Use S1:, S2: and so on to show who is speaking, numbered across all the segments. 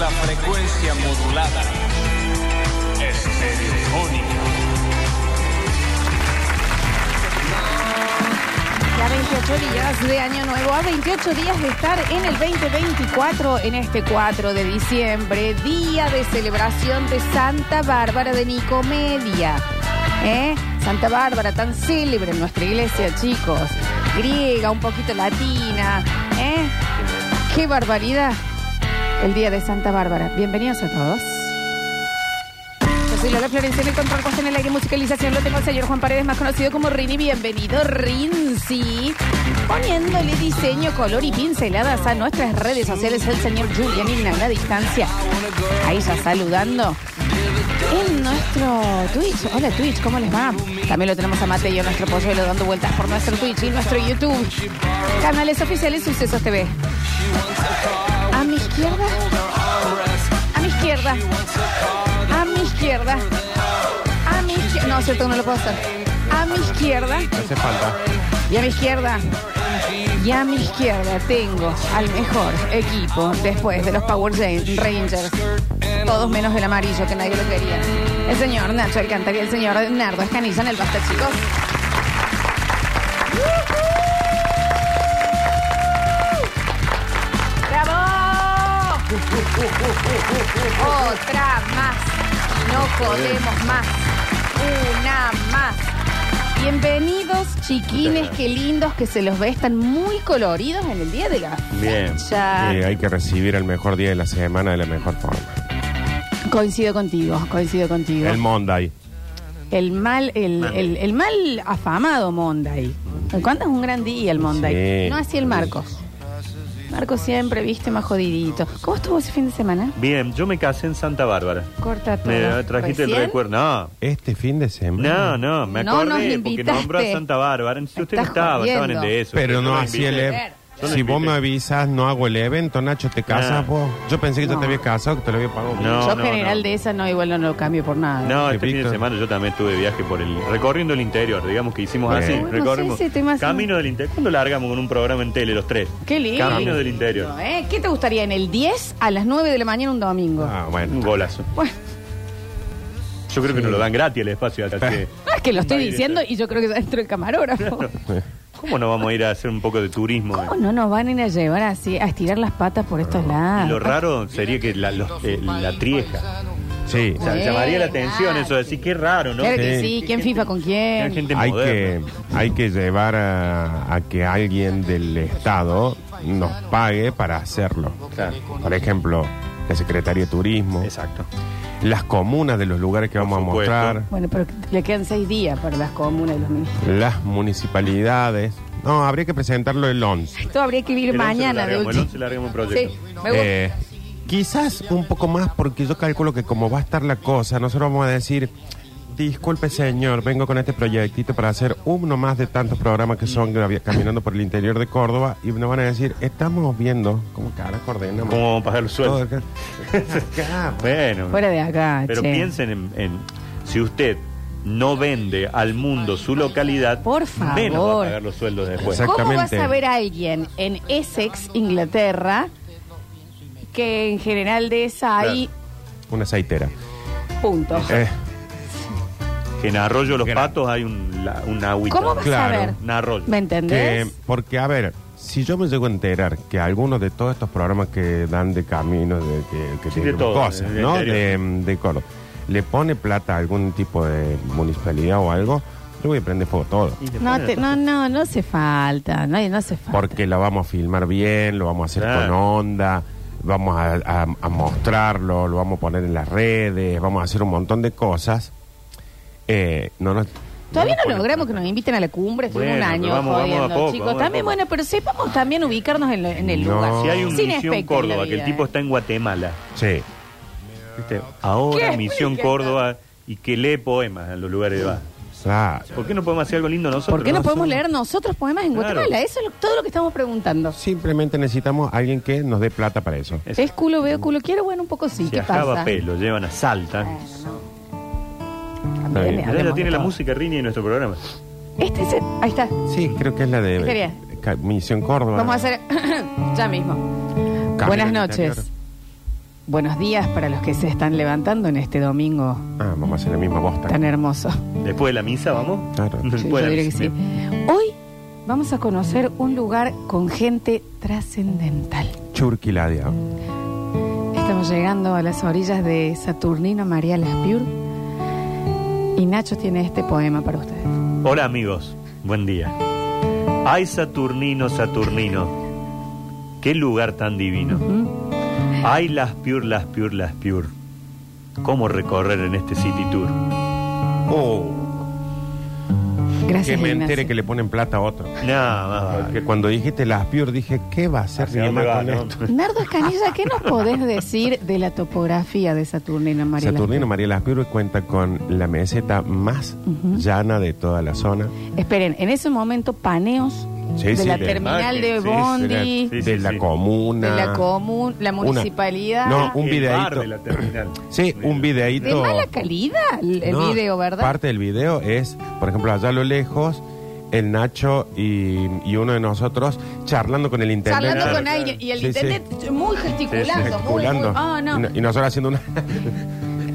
S1: frecuencia modulada. Estereofónica.
S2: Ya 28 días de Año Nuevo, a 28 días de estar en el 2024, en este 4 de diciembre, día de celebración de Santa Bárbara de Nicomedia. ¿Eh? Santa Bárbara, tan célebre en nuestra iglesia, chicos. Griega, un poquito latina. ¿eh? ¡Qué barbaridad! El día de Santa Bárbara. Bienvenidos a todos. Yo soy Lola Florencia, en el control puesto en el aire musicalización. Lo tengo al señor Juan Paredes, más conocido como Rini. Bienvenido, Rinzi. Poniéndole diseño, color y pinceladas a nuestras redes sociales, el señor Julián Ignaga a distancia. Ahí ya saludando. En nuestro Twitch. Hola, Twitch, ¿cómo les va? También lo tenemos a Mateo, nuestro polluelo, dando vueltas por nuestro Twitch y nuestro YouTube. Canales oficiales Sucesos TV. A mi izquierda. A mi izquierda. A mi izquierda. A mi izquierda. No, cierto, no lo puedo hacer. A mi izquierda.
S3: Hace falta.
S2: Y a mi izquierda. Y a mi izquierda tengo al mejor equipo después de los Power Jan- Rangers. Todos menos el amarillo, que nadie lo quería. El señor Nacho Alcántara y el señor Nardo Escanilla en el Basta, chicos. ¡Bravo! Otra más. No podemos más. Una más. Bienvenidos, chiquines, qué lindos que se los ve. Están muy coloridos en el día de la
S3: Bien.
S2: fecha.
S4: Ah.
S3: Eh, hay que recibir el mejor día de la semana de la mejor forma.
S2: Coincido contigo, coincido contigo.
S3: El
S2: El,
S3: Monday.
S2: mal, el, el- el mal afamado Monday. ¿Cuánto es un gran día el Monday?
S3: Sí.
S2: No así el Marcos. Marcos siempre, viste, más jodidito. ¿Cómo estuvo ese fin de semana?
S4: Bien, yo me casé en Santa Bárbara.
S2: Corta todo.
S4: Me trajiste el
S2: Ah, ¿Recién?
S4: recuerdo. No,
S3: Este fin de
S4: no,
S3: semana.
S4: no, me
S2: No nos
S4: acordé porque
S2: invitaste.
S4: nombró a Santa Bárbara. Entonces usted no
S2: Estás
S4: estaba,
S2: jodiendo.
S4: estaban en de eso.
S3: Pero
S4: Yo
S3: no
S4: lo
S3: así el
S4: invité.
S3: ev-
S4: Yo lo
S3: Si vos
S4: invité.
S3: me avisas, no hago el evento, Nacho, ¿te casas
S4: Ah.
S3: vos? Yo pensé que yo
S2: No.
S3: te había casado, que te lo había pagado.
S4: No.
S2: Yo general de esa no, igual no lo cambio por nada.
S4: No,
S3: Sí,
S4: este fin de
S3: Víctor.
S4: semana yo también tuve viaje por el. recorriendo el interior, digamos que hicimos
S3: Bueno.
S4: así.
S3: Bueno,
S4: recorrimos.
S2: sí, sí, estoy más-
S4: Camino del interior. ¿Cuándo largamos con un programa en tele los tres?
S2: Qué lindo.
S4: Camino del interior.
S2: ¿Eh? ¿Qué te gustaría? ¿En el 10 a las 9 de la mañana un domingo?
S3: Ah,
S4: Un
S3: bueno.
S4: golazo.
S2: Bueno,
S4: Yo creo que nos lo dan gratis el espacio acá. que-
S2: no es que lo estoy
S4: Baile,
S2: diciendo
S4: claro.
S2: y yo creo que está dentro del camarógrafo.
S4: ¿Cómo no vamos a ir a hacer un poco de turismo?
S2: ¿Cómo no nos van a ir a llevar así, a estirar las patas por estos lados?
S4: Y Lo raro sería que la, los- eh, la trieja.
S3: Sí.
S4: O sea,
S2: Sí,
S4: llamaría la atención eso, decir qué raro, ¿no?
S2: Ah, Claro que
S3: Sí.
S2: sí, ¿quién FIFA con
S4: Hay
S2: quién?
S4: gente
S3: Hay que,
S4: moderna.
S3: hay que llevar a, a que alguien del Estado nos pague para hacerlo.
S4: Claro.
S3: Por ejemplo, la Secretaría de Turismo,
S4: Exacto.
S3: las comunas de los lugares que vamos a
S4: supuesto.
S3: mostrar.
S2: Bueno, pero le quedan seis días para las comunas y los ministros.
S3: las municipalidades. No, habría que presentarlo el 11.
S2: Esto habría que ir
S4: El once
S2: mañana
S4: lo
S2: de
S4: largamos, el
S2: última.
S4: once largamos un
S2: Sí,
S4: proyecto.
S2: me gusta.
S3: Eh, quizás un poco más porque yo calculo que como va a estar la cosa, nosotros vamos a decir, disculpe señor, vengo con este proyectito para hacer uno más de tantos programas que son gravi- caminando por el interior de Córdoba y nos van a decir, estamos viendo cómo cara coordenamos.
S4: ¿Cómo vamos a pagar los
S3: todo
S4: sueldos?
S3: acá. Acá,
S4: Bueno.
S2: Fuera de acá,
S4: Pero
S2: che.
S4: piensen en, en si usted no vende al mundo su localidad,
S2: Por
S4: menos va
S2: favor.
S4: a pagar los sueldos después.
S3: Exacto.
S2: ¿Cómo vas
S3: Exactamente.
S2: a ver a alguien en Essex, Inglaterra, que en general de esa hay
S3: Una aceitera.
S2: puntos?
S3: Eh,
S4: Que en Arroyo Los
S3: Gran.
S4: Patos hay un, la- un agüita.
S2: ¿Cómo vas
S3: Claro.
S2: a ver?
S4: Un arroyo.
S2: ¿Me entendés?
S3: que- porque, a ver, si yo me llego a enterar que algunos de todos estos programas que dan de camino, de, que, que
S4: Sí, de
S3: tienen
S4: todo,
S3: cosas,
S4: de- de
S3: ¿no? De, mm,
S4: interior.
S3: de Córdoba, le pone plata a algún tipo de municipalidad o algo, yo voy a prender fuego todo.
S2: No, te- no, no, no hace falta, no, no hace falta.
S3: Porque lo vamos a filmar bien, lo vamos a hacer
S4: Claro.
S3: con onda, vamos a, a- a mostrarlo, lo vamos a poner en las redes, vamos a hacer un montón de cosas. Eh, no nos-
S2: Todavía
S3: nos
S2: no
S3: ponen
S2: logramos que
S3: plata.
S2: nos inviten a la cumbre, estuvimos
S4: Bueno,
S2: un año
S4: pero vamos- vamos a
S2: jodiendo,
S4: poco,
S2: chicos.
S4: vamos a
S2: También,
S4: poco.
S2: bueno, pero sepamos también ubicarnos en, lo- en el
S3: No.
S2: lugar.
S4: Si hay una
S2: Sin
S4: misión
S2: aspecto en la
S4: Córdoba, que
S2: vida,
S4: el tipo
S2: eh.
S4: está en Guatemala.
S3: Sí.
S4: ¿viste? Ahora
S2: ¿Qué?
S4: misión
S2: ¿Qué?
S4: Córdoba y que lee poemas en los lugares de bar.
S3: Ah,
S4: ¿Por qué no podemos hacer algo lindo nosotros?
S2: ¿Por qué no podemos
S4: Nosotros-
S2: leer nosotros poemas en
S4: Claro.
S2: Guatemala? Eso es lo- todo lo que estamos preguntando.
S3: simplemente necesitamos a alguien que nos dé plata para eso.
S4: Exacto.
S2: Es culo, veo culo, quiero, bueno, un poco sí.
S4: Si
S2: ¿Qué
S4: a
S2: pasa?
S4: Javapé lo llevan a Salta.
S2: También
S3: bien.
S2: le
S4: Ahora ya
S2: hablemos
S4: tiene
S2: de
S4: la
S2: todo.
S4: música Rini en nuestro programa.
S2: Este es el- ahí está.
S3: Sí, creo que es la de
S2: ¿Qué quería?
S3: Ca- Misión Córdoba.
S2: Vamos a hacer ya mismo.
S3: Camino
S2: Buenas
S3: al
S2: noches.
S3: interior.
S2: Buenos días para los que se están levantando en este domingo
S3: Ah, vamos a hacer la misma bosta.
S2: tan hermoso.
S4: Después de la misa, ¿vamos?
S3: Claro. Sí,
S2: Sí,
S4: Después
S2: yo
S4: de la
S2: diré que
S4: misa.
S2: sí. Hoy vamos a conocer un lugar con gente trascendental.
S3: Churquiladia.
S2: Estamos llegando a las orillas de Saturnino María Laspiur y Nacho tiene este poema para ustedes.
S4: Hola amigos, buen día. Ay Saturnino, Saturnino, qué lugar tan divino.
S2: ¿Mm?
S4: Ay las piur, las piur, las piur. ¿Cómo recorrer en este city tour?
S3: Oh, que
S2: Gracias,
S3: me
S2: Ignacio.
S3: entere que le ponen plata a otro.
S4: Nada,
S3: Porque cuando dijiste las pior dije, ¿qué va a hacer mi mamá con esto?
S2: Nardo Escanilla, ¿qué nos podés decir de la topografía de Saturnino María
S3: Saturnino María Las Piur cuenta con la meseta más
S2: Ujú.
S3: llana de toda la zona.
S2: Laspiur? Esperen, en ese momento paneos
S3: Sí,
S2: de
S3: sí,
S2: la
S3: de
S2: terminal
S4: imagen,
S2: de
S4: sí,
S3: De la,
S2: Bondi,
S4: Sí,
S3: de
S4: sí,
S3: la
S4: sí.
S3: comuna.
S2: de la común, la
S3: Una.
S2: municipalidad.
S3: No, un
S4: El bar
S3: videíto.
S4: de la terminal.
S3: Sí, un videíto.
S2: De mala calidad el, el
S3: No,
S2: video, ¿verdad?
S3: Parte del video es, por ejemplo, allá a lo lejos, el Nacho y, y uno de nosotros charlando con el intendente.
S2: Charlando
S4: Claro,
S2: con
S4: claro.
S2: alguien y el
S3: Sí, sí.
S2: intendente muy
S4: Sí,
S2: gesticulando,
S4: sí,
S2: muy, muy,
S3: Gesticulando.
S2: ah, no.
S3: Y no- Y nosotros haciendo una.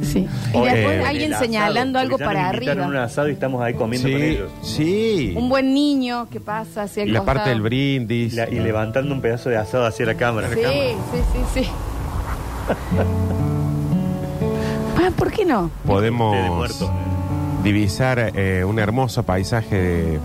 S2: Sí. Y
S3: Oye,
S2: después
S3: eh,
S2: alguien
S4: El asado,
S2: señalando
S4: porque
S2: algo
S4: ya
S2: para
S4: nos invitaron
S2: arriba.
S4: a un asado y estamos ahí comiendo con
S3: sí,
S4: ellos.
S3: sí.
S2: Un buen niño que pasa hacia el
S3: Y la
S2: costado.
S3: parte del brindis.
S4: La- y levantando un pedazo de asado hacia la cámara.
S2: Sí, sí, sí, sí. Ah, ¿Por qué no?
S3: Oh.
S4: De, de
S3: Podemos
S4: muerto.
S3: divisar eh, un hermoso paisaje de.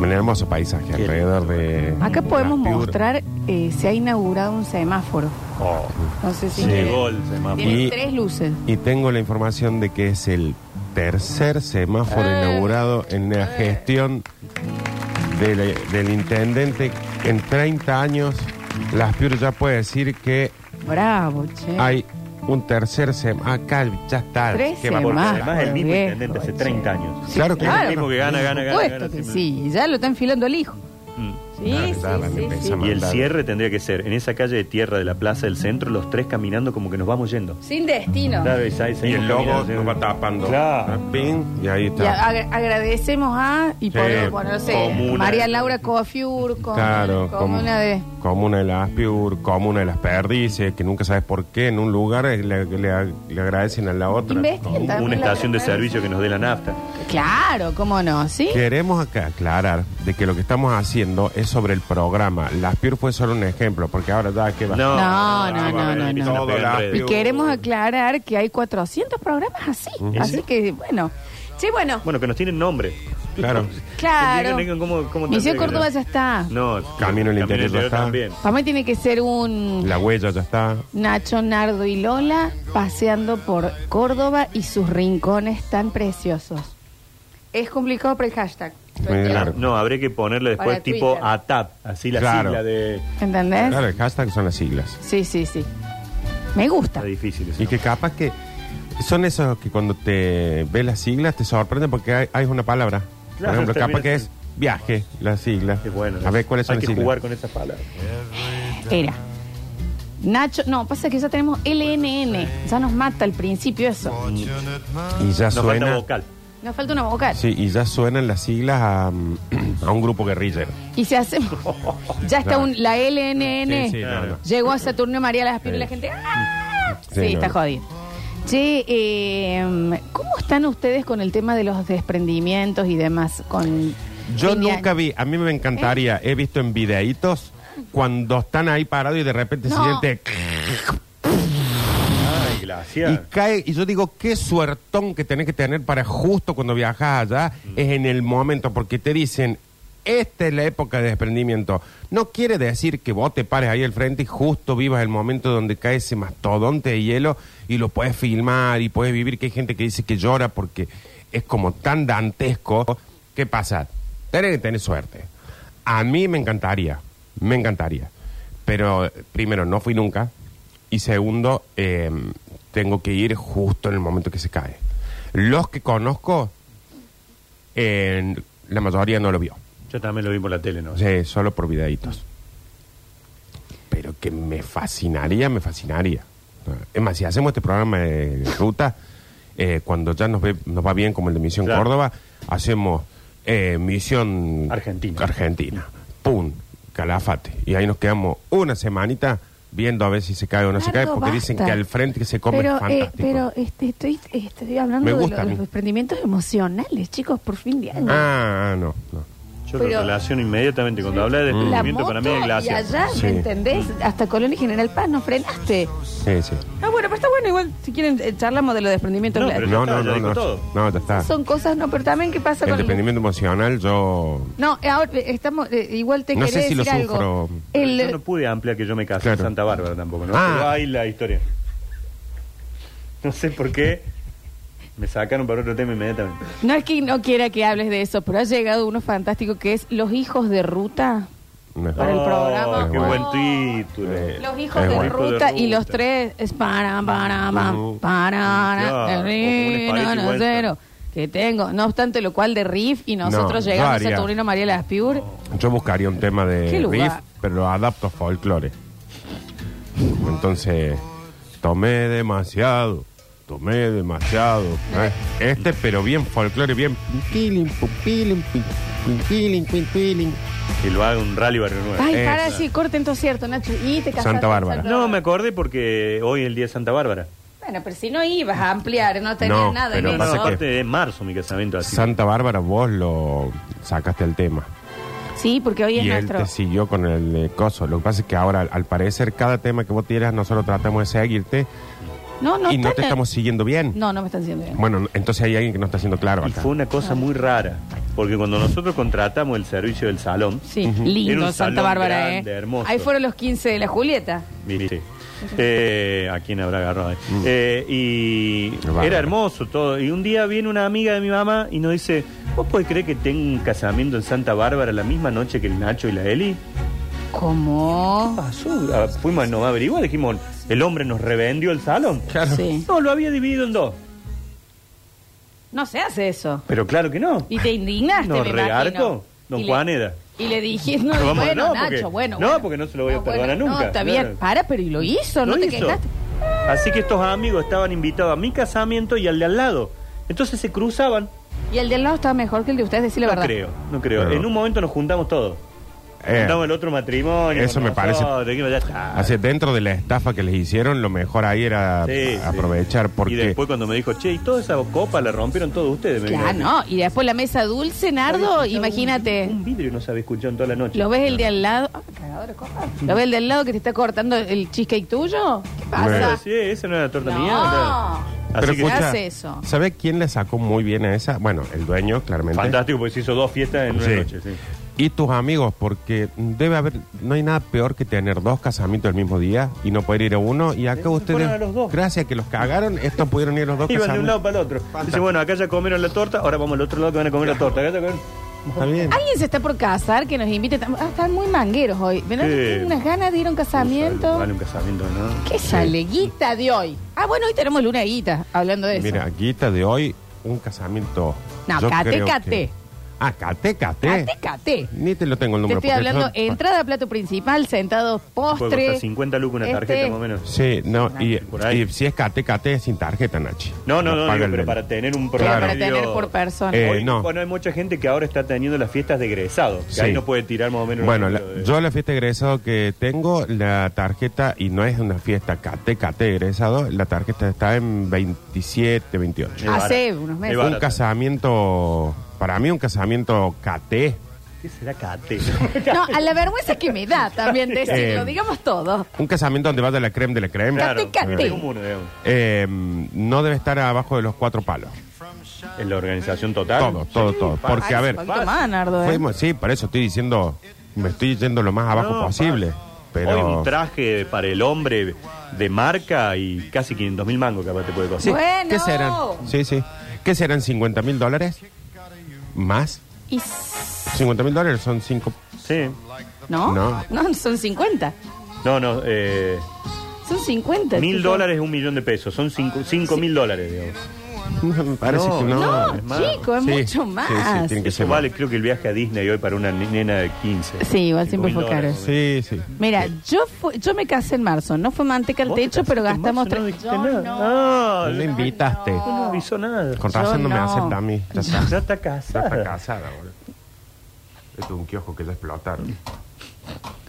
S3: Un hermoso paisaje
S4: Qué
S3: alrededor de.
S2: Acá podemos
S3: Las Piur.
S2: mostrar, eh, se ha inaugurado un semáforo.
S4: Oh,
S2: No sé si
S4: llegó el semáforo.
S2: tiene
S3: Y-
S2: tres luces.
S3: Y tengo la información de que es el tercer semáforo
S2: Eh.
S3: inaugurado en la gestión del, del intendente. En 30 años, Las Piur ya puede decir que
S2: Bravo, che.
S3: hay un tercer semáforo. Acá ya está.
S2: Tres
S3: ¿Qué va a
S4: Porque
S2: semáforos.
S3: pasar?
S4: además es el mismo
S2: viejo,
S4: intendente
S2: che.
S4: hace 30 años.
S3: Claro
S4: Es
S3: que
S2: Claro.
S4: el mismo que gana, gana, gana.
S2: Puesto
S4: gana
S2: que
S4: siempre.
S2: sí, ya lo está enfilando el hijo.
S4: Mm.
S2: Sí,
S3: Claro, ya van a
S2: sí, sí, sí.
S4: Y
S3: empezar.
S4: el
S3: Mandado.
S4: cierre tendría que ser en esa calle de tierra de la plaza del centro, los tres caminando como que nos vamos yendo.
S2: Sin destino.
S4: Claro, y ahí
S3: Y
S4: seguimos
S3: el logo
S4: caminando.
S3: nos va tapando. Ah,
S4: Claro.
S3: Ping, y ahí
S2: Y
S3: está.
S2: a- agra- agradecemos a, y
S3: Sí,
S2: podemos ponerse
S4: comuna.
S2: María Laura Cofiur, con,
S3: Claro,
S2: con una de.
S3: comuna de las Piur, comuna de las Perdices, que nunca sabes por qué en un lugar eh, le, le- le agradecen a la otra.
S2: Investiguen
S4: Un-
S2: también
S4: Una
S2: la-
S4: estación de servicio que nos dé la nafta.
S2: Claro, cómo no, ¿sí?
S3: Queremos acá aclarar de que lo que estamos haciendo es sobre el programa. Las Piur fue solo un ejemplo, porque ahora ya que va.
S2: No, no,
S4: ah,
S2: no,
S4: va,
S2: no,
S4: empiezan
S3: no.
S4: a pegar
S3: Todo
S4: en
S3: la-
S4: redes.
S2: Y queremos aclarar que hay 400 programas así. Así que, bueno. Sí, bueno.
S4: Bueno, que nos tienen nombre.
S3: Claro.
S2: Claro.
S4: Que tengan cómo- cómo
S2: Misión
S4: te-
S2: Córdoba ya está.
S4: No,
S3: Camino al interior ya está.
S4: también.
S2: Para mí tiene que ser un
S3: La huella ya está.
S2: Nacho, Nardo y Lola paseando por Córdoba y sus rincones tan preciosos. Es complicado por el hashtag. Lo
S3: Muy
S2: entiendo.
S3: largo.
S4: No, habría que ponerle
S2: Para
S4: después tipo
S2: Twitter.
S4: ATAP, así la
S3: Claro.
S4: sigla de...
S2: ¿Entendés?
S3: Claro, el hashtag son las siglas.
S2: Sí, sí, sí. Me gusta.
S4: Está difícil eso.
S3: Y que capaz que son esos que cuando te ves las siglas te sorprenden porque hay, hay una palabra. Por
S4: Claro,
S3: ejemplo, capaz
S4: termina
S3: que es
S4: siendo-
S3: viaje, la sigla.
S4: Es bueno.
S3: A ver cuáles son
S4: Hay
S3: las
S4: que
S3: siglas.
S4: jugar con esas palabras.
S2: Era. Nacho, no, pasa que ya tenemos LNN. Ya nos mata al principio eso.
S3: Y ya
S4: Nos falta
S3: suena.
S4: vocal.
S2: Nos falta una vocal.
S3: Sí, y ya suenan las siglas a, mm, a un grupo guerrillero.
S2: Y se hace. ya está
S3: Claro.
S2: un, la LNN.
S3: Sí, sí, no, no.
S2: Llegó a Saturno María Las Pilas y la gente. ¡ah! Sí,
S3: Sí, no,
S2: está
S3: no.
S2: jodido. Che, eh, ¿cómo están ustedes con el tema de los desprendimientos y demás? Con
S3: Yo
S2: línea-
S3: nunca vi, a mí me encantaría, he visto en videitos cuando están ahí parados y de repente
S2: No.
S3: siente
S4: Ay,
S3: y
S4: gracias.
S3: cae y yo digo qué suertón que tenés que tener para justo cuando viajas allá es en el momento porque te dicen esta es la época de desprendimiento. No quiere decir que vos te pares ahí al frente y justo vivas el momento donde cae ese mastodonte de hielo y lo puedes filmar y puedes vivir que hay gente que dice que llora porque es como tan dantesco. ¿Qué pasa? Tenés que tener suerte. A mí me encantaría, me encantaría. Pero eh, primero, no fui nunca. Y segundo, eh, tengo que ir justo en el momento que se cae. Los que conozco, eh, la mayoría no lo vio.
S4: Yo también lo vi por la tele, ¿no?
S3: O sea, solo por videitos. Pero que me fascinaría, me fascinaría. Es más, si hacemos este programa de ruta, eh, cuando ya nos, ve- nos va bien, como el de Misión
S4: Claro.
S3: Córdoba, hacemos eh, Misión
S4: Argentina.
S3: Argentina. Pum, Calafate. Y ahí nos quedamos una semanita viendo a ver si se cae o no se cae,
S2: Nardo,
S3: porque dicen
S2: basta.
S3: que al frente que se come
S2: pero,
S3: es
S2: eh,
S3: fantástico.
S2: pero este, estoy, estoy hablando
S3: Me
S2: de
S3: gusta a
S2: los,
S3: mí.
S2: los emprendimientos emocionales, chicos, por fin de año.
S3: Ah, ah, no, no.
S4: Yo
S2: Pero-
S4: lo relaciono inmediatamente cuando
S3: Mm.
S4: habla de
S2: La
S4: descubrimiento
S2: moto
S4: para mí es
S2: y
S4: glacia.
S2: allá,
S3: Sí.
S2: ¿me entendés? Hasta Colón y General Paz no frenaste.
S3: Sí, sí.
S2: Ah, bueno, pero está bueno. Igual, si quieren, eh, charlamos de los desprendimientos.
S4: No,
S2: glaciares.
S4: Pero ya
S3: No,
S4: está, ya
S3: no, no,
S4: dijo
S3: no.
S4: todo.
S3: No, ya está.
S2: Son cosas, no, pero también qué pasa
S3: El
S2: con...
S3: dependimiento emocional, yo.
S2: No, eh, ahora eh, estamos, eh, igual te
S3: No
S2: quería
S3: sé si lo
S2: decir algo.
S3: sufro.
S2: El-
S4: Yo no pude ampliar que yo me casé
S3: Claro.
S4: en Santa Bárbara tampoco, ¿no?
S3: Ah.
S4: Pero hay la historia. No sé por qué me sacaron para otro tema inmediatamente.
S2: no es que no quiera que hables de eso, pero ha llegado uno fantástico que es Los hijos de ruta.
S3: no.
S2: Para el programa.
S4: Qué
S3: Oh.
S4: buen título.
S2: Eh, Los hijos
S3: Es
S2: de,
S3: bueno.
S2: ruta, y los tres es para, para, para,
S4: Claro,
S3: Ujú.
S2: para,
S4: como un espagueti
S2: no,
S4: Western.
S2: cero. Que tengo. No obstante lo cual de Riff y
S3: No,
S2: nosotros
S3: yo
S2: llegamos a
S3: haría.
S2: Saturnino María Las Piur.
S3: Yo buscaría un tema
S2: ¿Qué
S3: de
S2: lugar?
S3: riff, pero lo adapto a folclore. Entonces, tomé demasiado, tomé demasiado. ¿eh? Este, pero bien folclore, bien. piling, pum, piling, pum, pum, piling, pum, piling.
S4: Y lo haga un rally barrio nuevo.
S2: Ay,
S3: Esa.
S2: para, sí, corten todo cierto, Nacho. Y te casaste
S3: Santa
S2: en
S3: Bárbara.
S4: No, me acordé porque hoy es el día de Santa Bárbara.
S2: Bueno, pero si no ibas a ampliar, no tenías
S3: No,
S2: nada
S3: pero
S2: en
S4: No,
S3: pasa
S2: eso.
S3: que-
S4: aparte de marzo mi casamiento así.
S3: Santa Bárbara, vos lo sacaste al tema.
S2: Sí, porque hoy es
S3: Y él
S2: nuestro.
S3: te siguió con el eh, coso. Lo que pasa es que ahora, al- al parecer, cada tema que vos tienes, nosotros tratamos de seguirte
S2: No, no
S3: y no
S2: están-
S3: te estamos siguiendo bien.
S2: No, no me están diciendo bien.
S3: Bueno, entonces hay alguien que no está siendo claro
S4: Y
S3: acá.
S4: fue una cosa muy rara, porque cuando nosotros contratamos el servicio del salón,
S2: Sí,
S4: Era
S2: lindo
S4: un
S2: Santa
S4: salón
S2: Bárbara,
S4: grande,
S2: ¿eh?
S4: hermoso.
S2: Ahí fueron los 15 de la Julieta.
S4: ¿viste? Eh, ¿A quién habrá agarrado? ahí? Eh, y
S3: Bárbaro.
S4: era hermoso todo. Y un día viene una amiga de mi mamá y nos dice, ¿vos podés creer que tengo un casamiento en Santa Bárbara la misma noche que el Nacho y la Eli?
S2: ¿Cómo?
S4: Pasó, ah, fuimos a no averiguar, dijimos, el hombre nos revendió el salón.
S2: Sí.
S4: No, lo había dividido en dos.
S2: No se hace eso.
S4: Pero claro que no.
S2: Y te indignaste,
S4: Nos
S2: me
S4: regarco,
S2: imagino.
S4: don
S2: Y le-
S4: Juaneda.
S2: Y le dije, no,
S4: Vamos,
S2: bueno,
S4: no,
S2: Nacho,
S4: porque-
S2: bueno.
S4: no,
S2: bueno.
S4: porque no se lo voy a
S2: bueno,
S4: perdonar nunca,
S2: No, está bien,
S4: claro.
S2: para, pero y lo hizo, no
S4: Lo
S2: te
S4: hizo.
S2: quejaste.
S4: Así que estos amigos estaban invitados a mi casamiento y al de al lado. Entonces se cruzaban.
S2: Y el del lado estaba mejor que el de ustedes, decir la
S4: no
S2: verdad.
S4: creo, no creo.
S3: No.
S4: En un momento nos juntamos todos.
S3: Eh,
S4: juntamos el otro matrimonio.
S3: eso
S4: con
S3: me parece- Ah,
S4: nosotros, dijimos, ya está.
S3: Hacia dentro de la estafa que les hicieron, lo mejor ahí era
S4: Sí, sí.
S3: aprovechar
S4: Y
S3: porque
S4: después cuando me dijo, che, y toda esa copa la rompieron todos ustedes. me
S2: Claro,
S4: dijo.
S2: no. Y después la mesa dulce, Nardo, imagínate.
S4: Un vidrio no se había escuchado en toda la noche.
S2: ¿Lo ves el de al lado? Ah, cagador de copas. ¿Lo ves el de al lado que te está cortando el cheesecake tuyo? ¿Qué
S4: Claro,
S2: pasa?
S4: sí, esa no era la torta
S2: No.
S4: mía. claro. Así
S3: Pero
S4: que
S2: escucha-
S4: es
S2: hace eso?
S3: ¿sabe quién le sacó muy bien a esa? Bueno, el dueño, claramente.
S4: fantástico porque se hizo dos fiestas en una
S3: Sí.
S4: noche. sí.
S3: Y tus amigos, porque debe haber, no hay nada peor que tener dos casamientos el mismo día y no poder ir a uno. Y
S4: se
S3: acá
S4: fueron a
S3: ustedes,
S4: los dos.
S3: gracias a que los cagaron, estos pudieron ir a los dos
S4: Iban de un lado
S3: casamientos.
S4: para el otro. Dice,
S3: Fantástico.
S4: bueno, acá ya comieron la torta, ahora vamos al otro lado que van a comer la torta. Acá ya comieron-
S3: Está bien.
S2: Alguien se está por casar que nos invite. tam- Ah, están muy mangueros hoy. ¿Ven?
S4: Sí.
S2: Tienen unas ganas de ir a un casamiento.
S4: Vale, un casamiento, ¿no?
S2: ¿Qué sale? Guita de hoy. Ah, bueno, hoy tenemos luna guita, hablando de eso.
S3: Mira, guita de hoy, un casamiento.
S2: No,
S3: yo
S2: cate,
S3: creo que-
S2: cate.
S3: Ah, cate, cate.
S4: ¿eh?
S2: Cate, cate.
S3: Ni te lo tengo el
S2: Te
S3: número.
S2: estoy
S3: porque
S2: hablando
S3: yo-
S2: entrada, plato principal, sentados,
S4: Puede costar
S2: postre.
S4: 50 lucas una tarjeta,
S2: Este-
S4: más o menos.
S3: Sí, no, y,
S4: por ahí.
S3: y si es cate, cate es sin tarjeta, Nachi.
S4: No, no,
S3: Nos
S4: no,
S3: pagan
S4: digo, pero
S3: el-
S4: para tener un
S2: Pero este,
S4: programa.
S2: para
S4: medio-
S2: tener por persona.
S3: Eh,
S4: Hoy,
S3: no.
S4: Bueno, hay mucha gente que ahora está teniendo las fiestas de egresado. Que
S3: Sí.
S4: ahí no puede tirar más o menos.
S3: Bueno,
S4: un
S3: la-
S4: número de-
S3: yo la fiesta de egresado que tengo, la tarjeta, y no es una fiesta cate, cate de egresado, la tarjeta está en 27, 28.
S4: Es
S2: Hace
S4: barata.
S2: unos
S4: Es
S2: meses.
S4: barata.
S3: Un casamiento, para mí un casamiento cate.
S4: ¿Qué será Cate?
S2: No, a la vergüenza que me da también decirlo,
S3: Eh,
S2: digamos todo.
S3: Un casamiento donde vaya la creme de la creme.
S4: claro,
S2: Cate.
S4: tengo uno, digamos.
S3: Eh, no debe estar abajo de los cuatro palos.
S4: En la organización total.
S3: Todo, todo, todo. Porque, a ver,
S2: Ay, un poquito más, Nardo, ¿eh?
S3: fuimos- sí, por eso estoy diciendo, me estoy yendo lo más abajo
S4: No,
S3: posible.
S4: Hoy
S3: Pero
S4: un traje para el hombre de marca y casi 500 mil mangos capaz te puede
S3: Sí.
S4: costar.
S2: Bueno.
S3: ¿Qué serán? Sí, sí. ¿Qué serán 50 mil dólares? ¿Más?
S2: Y s-
S3: 50 mil dólares son 5...
S4: Sí.
S2: ¿No? no,
S3: No.
S2: son 50.
S4: No, no, eh,
S2: Son 50.
S4: mil
S2: chicos.
S4: dólares es un millón de pesos. Son
S2: Ah,
S4: cinco, cinco mil dólares, digamos.
S3: Me parece
S4: No,
S3: que no.
S2: No,
S4: es más.
S2: chico, es
S3: Sí,
S2: mucho
S3: sí,
S2: más.
S3: sí, tiene que
S4: Eso
S3: ser
S4: vale, creo que el viaje a Disney hoy para una ni- nena de 15.
S2: Sí, igual
S4: Cinco
S2: siempre
S4: mil
S2: fue
S4: dólares.
S3: más. Sí, sí.
S2: Mira, yo fu- yo me casé en marzo, no fue manteca al
S4: ¿Vos te
S2: techo, pero
S4: casaste en
S2: gastamos
S4: marzo? No
S2: tres.
S4: dijiste
S2: Yo
S4: nada. Ah.
S3: No
S4: No,
S3: le
S4: no,
S3: invitaste.
S4: no avisó nada.
S3: Con razón
S2: Yo
S3: no, me
S2: no.
S3: acepta a mí. Ya está,
S4: Ya está
S3: ya está
S4: casada.
S3: casada, boludo. Esto es un kiosco que ya explotaron.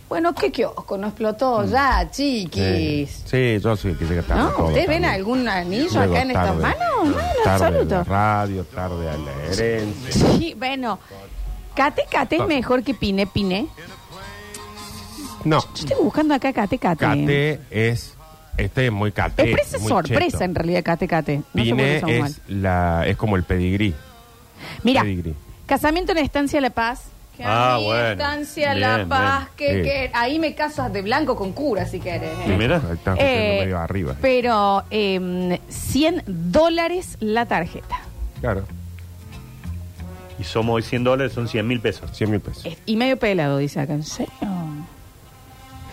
S2: Bueno, qué kiosco, no explotó ya, chiquis.
S3: Mm. Sí, yo soy el que llega tarde.
S2: ¿No?
S3: todo
S2: ¿Ustedes ven
S3: también.
S2: algún anillo
S3: Llego
S2: acá en estas
S3: tarde.
S2: manos? No, en
S3: tarde a
S2: absoluto.
S3: la radio, tarde a la herencia.
S2: Sí, bueno. Cate Cate es mejor que Pine Pine.
S3: No,
S2: Yo estoy buscando acá Cate Cate.
S3: Cate es. Este es muy Cate.
S2: Expresa
S3: muy
S2: sorpresa
S3: cheto.
S2: en realidad Cate Cate. No sé por qué
S3: Pine
S2: son mal.
S3: es, la, es como el pedigrí.
S2: Mira,
S3: pedigrí.
S2: casamiento en Estancia La Paz. Que
S4: Ah,
S2: a mí
S4: bueno.
S2: Estancia
S4: Bien,
S2: La
S4: bien.
S2: Paz, que,
S3: Sí.
S2: que- ahí me casas de blanco con cura si querés. ¿eh?
S4: Y mira,
S3: Ahí Está
S2: Eh,
S3: metiendo medio arriba.
S2: Pero eh, 100 dólares la tarjeta.
S3: Claro,
S4: y somos hoy 100 dólares, son 100 mil pesos.
S3: 100 mil pesos.
S2: Es- Y medio pelado, dice acá. ¿En serio?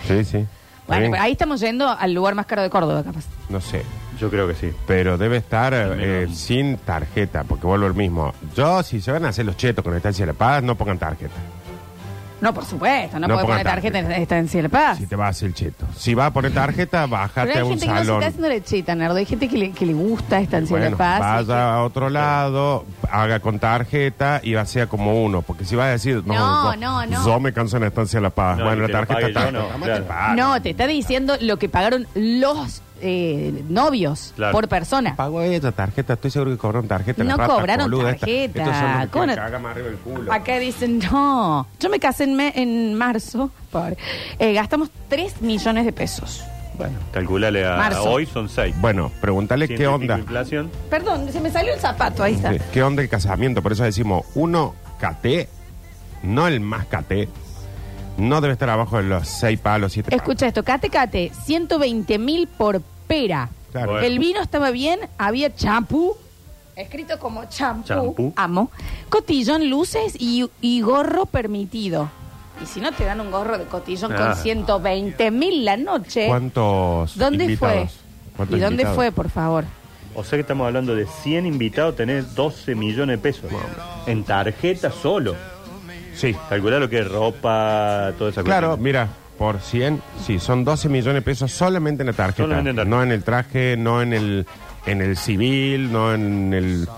S3: Sí, sí. Está
S2: Bueno,
S3: bien.
S2: pero ahí estamos yendo al lugar más caro de Córdoba, capaz.
S3: No sé.
S4: Yo creo que sí.
S3: Pero debe estar eh,
S4: menos.
S3: sin tarjeta, porque vuelvo al mismo. Yo, si se van a hacer los chetos con Estancia de la Paz, no pongan tarjeta.
S2: No, por supuesto, no,
S3: No
S2: podés
S3: pongan
S2: poner tarjeta en
S3: tarjeta.
S2: Estancia La Paz.
S3: Si te vas a hacer el cheto. Si vas a poner tarjeta,
S2: Ah. Pero
S3: bájate a
S2: hay
S3: un
S2: gente que no se
S3: salón.
S2: está haciendo lechita, Nardo. Hay gente que le, que le gusta Estancia
S3: Bueno,
S2: La Paz. este, y que-
S3: vaya a otro lado, haga con tarjeta y sea como uno. Porque si vas a decir, no,
S2: No,
S3: yo,
S2: no, no.
S3: yo me canso en la estancia de La Paz.
S4: No,
S3: bueno,
S4: y
S3: la
S4: te lo
S3: tarjeta
S4: pague
S3: está.
S4: yo, no,
S3: Jamás
S4: claro.
S3: te pagan.
S2: No, te está diciendo lo que pagaron los eh, novios
S4: Claro.
S2: por persona.
S3: Pago esa tarjeta, estoy seguro que cobraron tarjeta.
S2: No
S3: las ratas
S2: cobraron
S3: boludas estas.
S2: tarjeta.
S3: Estos son los que
S2: ¿Cómo no?
S3: quieren que haga más arriba el culo.
S2: Acá dicen, no, yo me casé en, me- en marzo, pobre. Eh, gastamos 3 millones de pesos.
S4: Bueno, calculale a,
S2: Marzo.
S4: a hoy son 6.
S3: Bueno, pregúntale qué onda.
S4: Inflación.
S2: Perdón, se me salió el zapato, ahí está.
S3: Sí, ¿Qué onda el casamiento? Por eso decimos, uno caté, no el más caté, no debe estar abajo de los seis palos, siete palos.
S2: Escucha esto, cate, cate, 120 mil por pera.
S3: Claro.
S4: Bueno.
S2: El vino estaba bien, había champú, escrito como champú,
S4: Champú.
S2: amo, cotillón, luces y, y gorro permitido. Y si no te dan un gorro de cotillón
S4: Ah.
S2: con 120 mil la noche,
S3: ¿Cuántos
S2: ¿dónde
S3: invitados?
S2: fue? ¿Y
S3: ¿Cuántos
S2: dónde
S3: invitados?
S2: fue, por favor?
S4: O sea que estamos hablando de 100 invitados, tenés 12 millones de pesos. En tarjeta solo.
S3: Sí.
S4: Calculá lo que es ropa, toda esa
S3: Claro,
S4: cosa.
S3: mira, por 100, sí, son 12 millones de pesos solamente en la tarjeta.
S4: Solamente en la tarjeta.
S3: No en el traje, no en el, en el civil, no en el...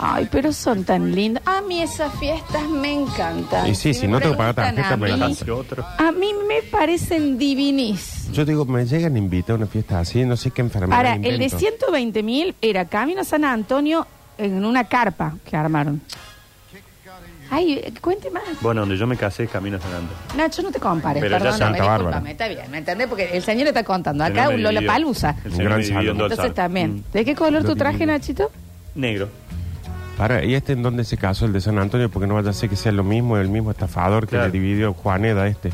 S2: Ay, pero son tan lindas. A mí esas fiestas me encantan.
S3: Y sí, si
S2: me
S3: no tengo que pagar
S2: preguntan
S3: tarjeta, me
S2: a mí,
S3: alcanza.
S4: Bastante otro.
S2: a mí me parecen divinis.
S3: Yo digo, me llegan a invitar a una fiesta así, no sé qué enfermedad
S2: Ahora, el de
S3: invento.
S2: 120 mil era Camino a San Antonio en una carpa que armaron. Ay, eh, cuente más.
S4: Bueno, donde yo me casé es Camino a San Andrés.
S2: Nacho, no te compares,
S4: Pero ya
S2: perdóname,
S4: Santa
S3: Bárbara.
S2: discúlpame, está bien, ¿me entendés? Porque el señor está contando,
S4: El
S2: acá
S4: señor
S2: un
S4: me
S2: Lola
S4: dividió.
S2: Palusa.
S4: El señor
S3: Gran
S4: me dividió en dos
S2: Entonces
S4: salas.
S2: también,
S4: Mm.
S2: ¿de qué color
S3: Lo
S2: tu traje,
S3: dividió.
S2: Nachito?
S4: Negro.
S3: Para, ¿y este en dónde se casó el de San Antonio? Porque no vaya a ser que sea lo mismo, el mismo estafador que
S4: Claro.
S3: le dividió Juaneda a este.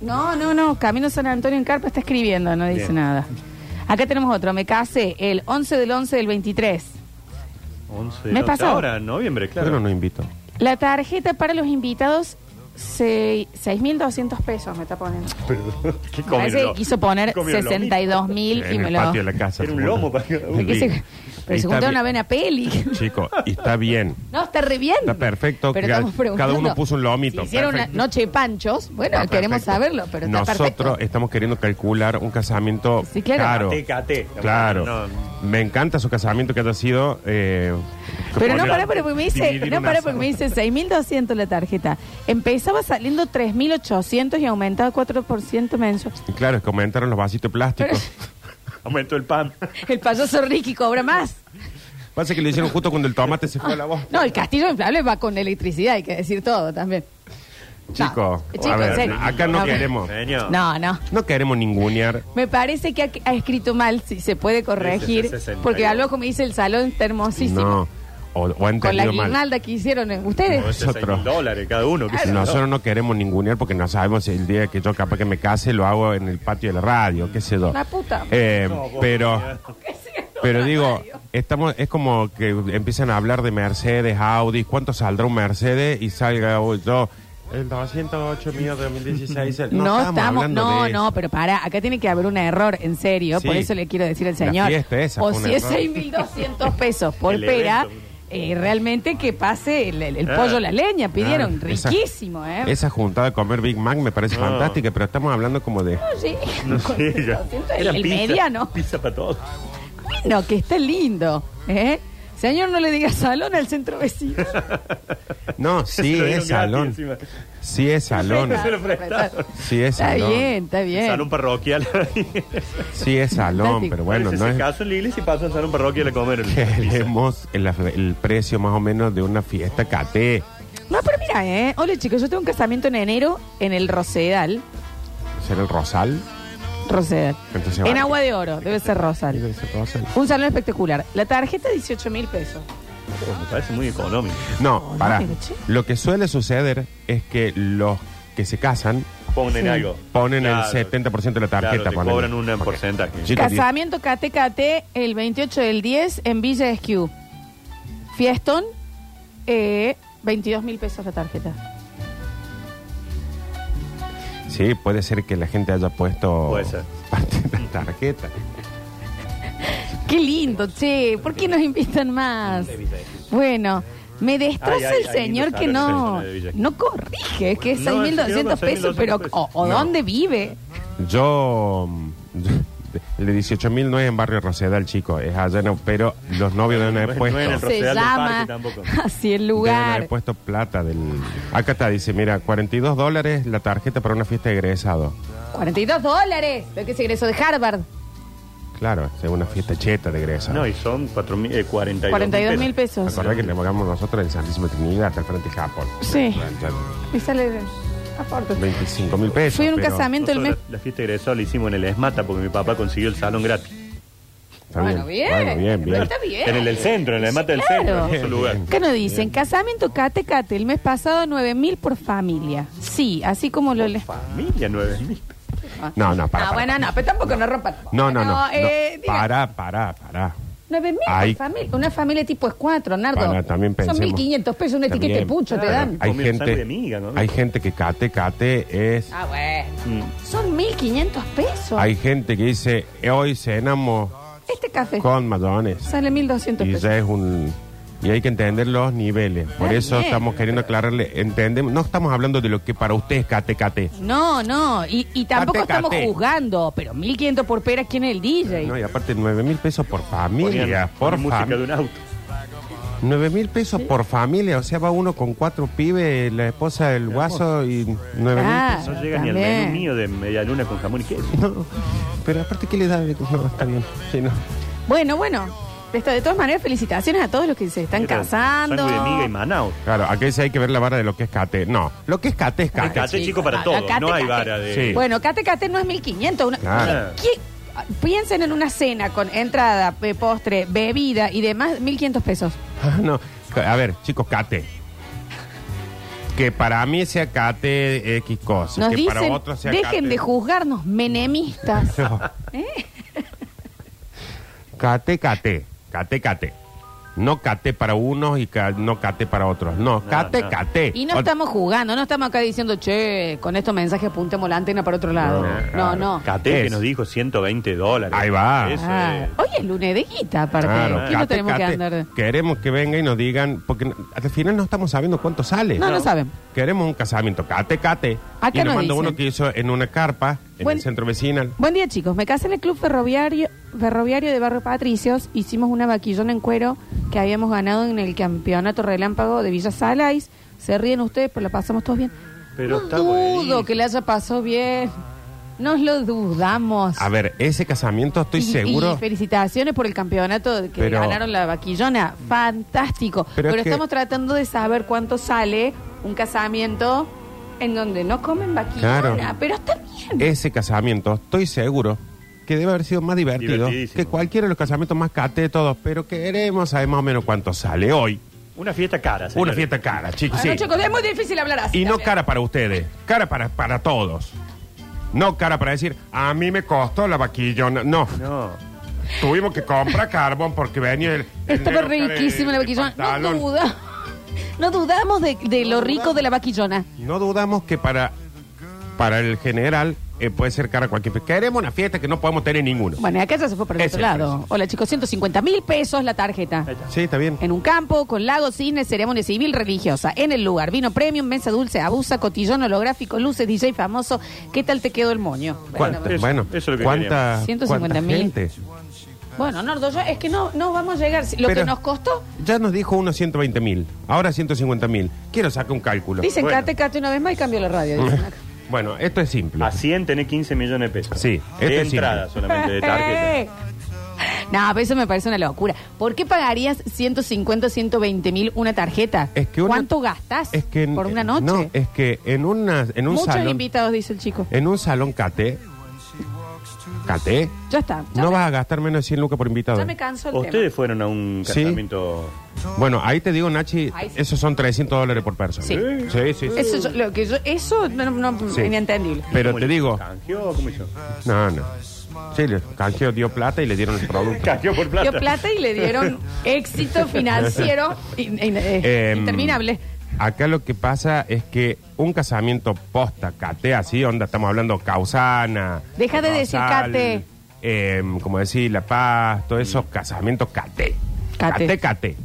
S2: No, no, no. Camino San Antonio en Carpa está escribiendo, no dice
S4: Bien.
S2: nada. Acá tenemos otro. Me casé el 11 del 11 del 23.
S4: 11
S2: Me
S4: no,
S2: pasó.
S4: Ahora, en noviembre, claro.
S3: Pero no invito.
S2: La tarjeta para los invitados, se- 6.200 pesos me está poniendo. Parece que
S4: ¿Qué comieron?
S2: quiso poner
S4: Comieron lo
S2: 62.000 y
S3: en
S2: me
S3: el
S2: lo...
S3: patio de la casa.
S4: Era un
S3: se juntan.
S4: lomo para cada uno.
S2: ¿De qué
S3: Sí.
S2: se- Pero
S3: Y
S2: se
S3: está
S2: juntaron a ver
S3: bien.
S2: una peli.
S3: Chico, y está bien.
S2: No, está re bien.
S3: Está perfecto,
S2: Pero
S3: que
S2: estamos
S3: cada- cada
S2: preguntando
S3: uno puso un lomito,
S2: si hicieron
S3: perfecto.
S2: una noche de panchos. Bueno,
S3: Está
S2: queremos
S3: perfecto.
S2: saberlo, pero está
S3: Nosotros
S2: perfecto.
S3: estamos queriendo calcular un casamiento
S2: Sí, claro.
S3: caro.
S4: Cate, cate.
S3: Claro.
S4: No, no.
S3: Me encanta su casamiento que haya sido. eh, que
S2: Pero no
S3: poner-
S2: para porque me dice,
S3: dividir
S2: no
S3: una
S2: para
S3: sala.
S2: porque me dice 6.200 la tarjeta. Empezaba saliendo 3.800 y aumentaba 4% mensual.
S3: Y Claro, es que aumentaron los vasitos plásticos.
S4: Aumentó el pan.
S2: El payaso Ricky cobra más.
S3: Pasa que lo hicieron justo cuando el tomate se fue a la voz.
S2: No, el castillo inflable va con electricidad, hay que decir todo también.
S3: Chico,
S2: No,
S3: a
S2: chico, en
S3: ver,
S2: serio.
S3: acá no
S2: A ver.
S3: queremos.
S4: Señor.
S2: No, no.
S3: No queremos ningunear.
S2: Me parece que ha, ha escrito mal, si se puede corregir,
S4: Dice 60.
S2: porque algo como dice el salón está hermosísimo.
S3: No. O, o ha
S2: Con la
S3: entendido mal.
S2: guirnalda que hicieron eh, ustedes.
S4: Como ese
S3: Nosotros.
S4: 6.000 dólares cada uno. qué sé yo.
S3: Nosotros no queremos ningunear porque no sabemos si el día que yo capaz que me case lo hago en el patio de la radio, qué sé yo.
S2: La puta.
S3: Eh,
S4: No, vos,
S3: pero,
S4: mira.
S3: pero digo, estamos, es como que empiezan a hablar de Mercedes, Audi, cuánto saldrá un Mercedes y salga oh, yo. El 208 mío de 2016. el-
S2: No, estamos,
S3: hablando
S2: no,
S3: de
S2: no,
S3: eso.
S2: pero para, acá tiene que haber un error, en serio,
S3: Sí.
S2: por eso le quiero decir al
S3: La
S2: señor.
S3: fiesta esa
S2: o
S3: fue un
S2: si es
S3: error.
S2: 6.200 pesos por
S4: El
S2: pera,
S4: evento.
S2: eh, realmente que pase el, el- el
S4: Ah.
S2: pollo a la leña, pidieron,
S3: Claro, esa-
S2: riquísimo, ¿eh?
S3: Esa juntada de comer Big Mac me parece
S4: No.
S3: fantástica, pero estamos hablando como de.
S2: Oye,
S4: No sé, ya.
S2: 400, el,
S4: Era
S2: el
S4: pizza,
S2: mediano.
S4: Pizza para todos.
S2: Bueno, que está lindo, ¿eh? Señor, no le diga salón al centro vecino.
S3: No,
S4: Se
S3: sí
S4: lo dieron
S3: es
S4: gratis
S3: salón.
S4: encima.
S3: Sí es salón.
S4: Se lo prestaron.
S3: Sí es
S2: Está
S3: salón.
S2: bien, está bien.
S4: Salón parroquial.
S3: Sí es salón,
S2: Fantástico.
S3: pero bueno,
S4: se
S3: no es
S4: casó en la iglesia y pasó al salón parroquial a comer.
S3: que elemos el, el precio más o menos de una fiesta caté.
S2: No, pero mira, ¿eh? Hola, chicos, yo tengo un casamiento en enero en el Rosedal.
S3: ¿Será el Rosal?
S2: Rosedal.
S3: Entonces,
S2: en
S3: vale.
S2: Agua de Oro, debe ser Rosal.
S3: ¿Es el Rosal?
S2: Un salón espectacular. La tarjeta, 18 mil pesos.
S4: Me parece muy económico.
S3: No,
S2: no,
S3: pará.
S2: pero che.
S3: Lo que suele suceder es que los que se casan
S4: Ponen
S2: Sí.
S4: algo.
S3: ponen
S4: Claro.
S3: el 70% de la tarjeta.
S4: Claro, te
S3: ponele.
S4: cobran un
S3: Ok.
S4: porcentaje.
S3: Sí, te-
S2: Casamiento KTKT el 28 del 10 en Villa Esquiú. Fiestón, eh, 22 mil pesos la tarjeta.
S3: Sí, puede ser que la gente haya puesto
S4: Puede ser.
S3: parte de la tarjeta.
S2: Qué lindo, che. ¿Por qué nos invitan más? Bueno, me destroza
S4: Ay, ay,
S2: el
S4: ay,
S2: señor
S4: no
S2: que
S4: sabe,
S2: no,
S4: no sabe de Villa Esquiú.
S2: no corrige, es que es
S4: No, el señor
S2: 6.200
S4: con
S2: pesos,
S4: 6.200
S2: pero o, o
S4: No.
S2: dónde vive.
S3: Yo, yo- el de 18.000 no es en Barrio Roseda, el chico, es allá, en- pero los novios deben
S4: No
S3: haber
S4: es-
S3: puesto,
S4: no es en el
S3: deben
S2: Se
S4: Rosedal del
S2: llama
S4: Parque tampoco.
S2: así el
S3: haber
S2: lugar.
S3: puesto plata del... Acá está, dice, mira, 42 dólares la tarjeta para una fiesta de egresado.
S2: 42 dólares, lo que se egresó de Harvard.
S3: Claro, es una fiesta cheta de egresado.
S4: No, y son 4 mil, eh, 42
S2: 42 mil pesos.
S3: Acordá que le pagamos nosotros en Santísima Trinidad, hasta el frente de Japón.
S2: Sí. Me sale aporte.
S3: 25 mil pesos.
S2: Fui en un
S3: pero-
S2: casamiento el mes
S4: Nosotros La fiesta egresada la hicimos en el ESMATA porque mi papá consiguió el salón gratis.
S3: Está
S2: Bueno, bien.
S3: Bueno, bien, bien.
S2: Pero está bien.
S4: En el del centro, en el ESMATA del
S2: Claro.
S4: centro, en ese lugar.
S2: ¿Qué nos dicen? Casamiento Cate Cate, el mes pasado 9 mil por familia. Sí, así como lo les...
S4: Familia 9 mil.
S3: No, no, para,
S2: Ah,
S3: para,
S2: bueno, no, pero tampoco nos rompan.
S3: No, no, no. no.
S2: eh, diga,
S3: Pará, pará, pará.
S2: 9
S3: Ay.
S2: mil por familia. Una familia tipo es 4, Nardo.
S3: Pará, también pensemos.
S2: Son 1.500 pesos, un etiquete
S3: También.
S2: pucho te
S3: Pero
S2: dan.
S3: Hay
S4: Comiendo sangre
S3: gente,
S4: de miga, ¿no?
S3: hay gente que cate, cate es...
S2: Ah, bueno.
S4: Mm.
S2: Son 1.500 pesos.
S3: Hay gente que dice, "Eh, hoy cenamos
S2: Este café
S3: con madones.
S2: sale 1.200
S3: Y
S2: pesos.
S3: ya es un... Y hay que entender los niveles. Por
S2: Está
S3: eso
S2: bien.
S3: estamos queriendo aclararle. Entendemos, no estamos hablando de lo que para usted es cate, cate.
S2: No, no, y, y tampoco
S3: Cate,
S2: estamos
S3: cate.
S2: juzgando, pero 1.500 por pera, ¿quién es el DJ?
S3: No, y aparte, 9 mil pesos por familia.
S4: Ponían
S3: Por
S4: música
S3: familia.
S4: de un auto.
S3: 9 mil pesos por familia, o sea, va uno con cuatro pibes, la esposa del guaso y 9 mil
S2: Ah.
S3: pesos.
S4: No llega ni al
S2: También.
S4: menú mío de media luna con jamón y queso.
S3: No, pero aparte, ¿qué le da? de- No, está bien. Sí, no.
S2: Bueno, bueno. De, esta- de todas maneras, felicitaciones a todos los que se están
S4: Era
S2: casando.
S4: Sangre de miga y Manao.
S3: Claro, aquí sí hay que ver la vara de lo que es cate. No, lo que es cate es cate.
S4: Cate,
S2: sí.
S4: chico, para
S2: Ah,
S4: todo.
S2: cate,
S4: no hay
S2: cate.
S4: vara de.
S3: Sí.
S2: Bueno, Cate Cate no es 1500. Una,
S3: Claro.
S2: ¿Qué- Piensen en una cena con entrada, pe- postre, bebida y demás, 1500 pesos.
S3: Ah, no. A ver, chicos, cate. Que para mí sea cate X cosa.
S2: Nos
S3: que para
S2: dicen,
S3: otros sea
S2: dejen
S3: cate.
S2: de ¿Eh? juzgarnos menemistas.
S3: Cate, cate. Cate, cate. No cate para unos y ca- no cate para otros. No, cate,
S4: no.
S3: cate.
S2: y no
S3: Ot-
S2: estamos jugando, no estamos acá diciendo, che, con estos mensajes apuntemos la antena para otro lado.
S3: No,
S2: No,
S3: claro.
S2: no.
S4: Cate que
S3: Es.
S4: nos dijo 120 dólares.
S3: Ahí va.
S4: Eso
S2: Ah,
S4: es.
S2: hoy es lunes de guita, aparte.
S3: Claro,
S2: ¿Qué no
S3: cate,
S2: tenemos que
S3: cate.
S2: andar?
S3: Queremos que venga y nos digan, porque n- al final no estamos sabiendo cuánto sale.
S2: No, no saben.
S3: Queremos un casamiento, cate, cate.
S2: Acá
S3: y nos
S2: nos
S3: mandó
S2: dicen.
S3: uno que hizo en una carpa, en
S2: Buen-
S3: el centro vecinal.
S2: Buen día, chicos. Me casé en el Club Ferroviario, ferroviario de Barrio Patricios. Hicimos una vaquillona en cuero que habíamos ganado en el Campeonato Relámpago de Villa Salais. Se ríen ustedes, pero la pasamos todos bien.
S4: Pero
S2: no
S4: está
S2: dudo
S4: buenísimo.
S2: que le haya pasado bien. Nos lo dudamos.
S3: A ver, ese casamiento estoy
S2: Y-
S3: seguro.
S2: Y felicitaciones por el campeonato de que
S3: Pero-
S2: ganaron la vaquillona. Fantástico.
S3: Pero
S2: Pero,
S3: es que-
S2: estamos tratando de saber cuánto sale un casamiento en donde no comen vaquillona.
S3: Claro. Eh,
S2: Pero está bien.
S3: Ese casamiento, estoy seguro que debe haber sido más divertido
S4: Divertidísimo.
S3: que cualquiera de los casamientos más cate de todos, pero queremos saber más o menos cuánto sale hoy.
S4: Una fiesta cara.
S3: Una
S4: señores.
S3: fiesta cara, chicos.
S2: Bueno,
S3: sí.
S2: chicos, es muy difícil hablar así.
S3: Y no
S2: también.
S3: cara para ustedes, cara para, para todos. No cara para decir, a mí me costó la vaquillona. No,
S4: No.
S3: tuvimos que comprar carbón porque venía el. el
S2: Estaba
S3: negro cara de-
S2: riquísima la
S3: de
S2: vaquillona. No,
S3: pantalón.
S2: duda, no dudamos de, de lo rico de la vaquillona.
S3: No dudamos que para, para el general eh, puede ser cara cualquier. Queremos una fiesta que no podemos tener ninguno.
S2: Bueno, acá ya se fue para el
S3: Ese
S2: otro lado.
S3: precio.
S2: Hola, chicos, 150 mil pesos la tarjeta.
S3: Sí, está bien.
S2: En un campo, con lago, cisne, ceremonia civil religiosa. En el lugar, vino premium, mesa dulce, abusa, cotillón holográfico, luces, DJ famoso. ¿Qué tal te quedó el moño?
S3: ¿Cuánta-
S2: Bueno,
S4: Eso-
S3: bueno,
S4: eso es lo que
S3: ¿cuánta,
S4: queríamos.
S2: 150
S3: cuánta
S2: mil.
S3: gente?
S2: Bueno, Nardo, yo- es que no, no vamos a llegar. Lo
S3: Pero-
S2: que nos costó,
S3: Ya nos dijo unos 120 mil, ahora 150 mil. Quiero sacar un cálculo.
S2: dicen
S4: bueno.
S2: cate, cate una vez más y cambio la radio. dicen acá.
S3: Bueno, esto es simple.
S4: A 100 tenés 15 millones de pesos.
S3: Sí, este
S4: de
S3: es
S4: entrada solamente, de tarjeta.
S2: Eh. No, pero eso me parece una locura. ¿Por qué pagarías 150, 120 mil una tarjeta?
S3: Es que una-
S2: ¿Cuánto gastas
S3: Es que en- eh,
S2: por una noche?
S3: No, es que en, una, en un
S2: Muchos
S3: salón. Eh,
S2: invitados, dice el chico.
S3: En un salón cate. Cate.
S2: Ya está. Ya,
S3: No
S2: me,
S3: vas a gastar menos de 100 lucas por invitado.
S2: ya me canso el
S4: Ustedes fueron a un
S3: Sí.
S4: casamiento.
S3: Bueno, ahí te digo, Nachi,
S2: Ahí sí.
S3: esos son 300 dólares por persona.
S2: Sí.
S3: sí, sí.
S2: tema. Eso, yo- lo que yo, eso no, no-
S3: Mm. Sí.
S2: inentendible.
S3: Pero
S4: ¿Cómo
S3: te
S4: le-
S3: digo-
S4: ¿Canjeó? ¿Cómo hizo?
S3: No, no. Sí, le canjeó, dio plata y le dieron el producto.
S4: Canjeó por plata.
S2: Dio plata y le dieron éxito financiero in- in- eh,
S3: Em,
S2: interminable.
S3: Acá lo que pasa es que un casamiento posta, cate, así, onda, estamos hablando causana.
S2: Deja de decir
S3: Rosal,
S2: cate.
S3: em, como decir, La Paz, todos
S4: Mm.
S3: esos casamientos cate.
S2: Cate.
S3: Cate, cate.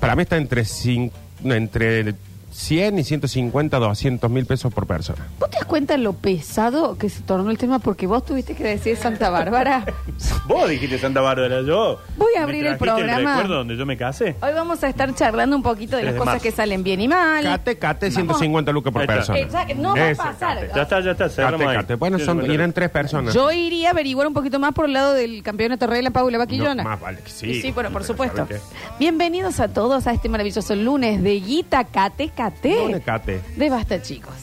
S3: Para mí está entre, cin- no, entre 100 y 150, 200 mil pesos por persona.
S2: ¿Vos te das cuenta lo pesado que se tornó el tema? Porque vos tuviste que decir Santa Bárbara.
S4: Vos dijiste Santa Bárbara, yo.
S2: Voy a
S4: ¿Me
S2: abrir el
S4: trajiste
S2: programa?
S4: recuerdo donde yo me casé?
S2: Hoy vamos a estar charlando un poquito de
S4: Tres
S2: las
S4: de
S2: cosas
S4: marzo.
S2: que salen bien y mal.
S3: Cate, cate,
S2: Vamos.
S3: 150 lucas por
S4: Ahí está.
S3: persona.
S2: Exacto, no va a
S3: Ese,
S2: pasar.
S3: cate.
S4: Ya está, ya está, cerramos
S3: Cate,
S4: ahí.
S3: cate. Bueno,
S4: Yo
S3: son,
S4: me-
S3: irán tres personas.
S2: Yo iría a averiguar un poquito más por el lado del campeonato rey de la Paula Vaquillona.
S3: No, más vale que sí.
S2: Y sí, bueno, por
S3: Pero
S2: supuesto.
S3: ¿saben
S2: Bienvenidos a todos a este maravilloso lunes de Guita Cate Cate.
S3: Lunes Cate.
S2: De Basta, chicos.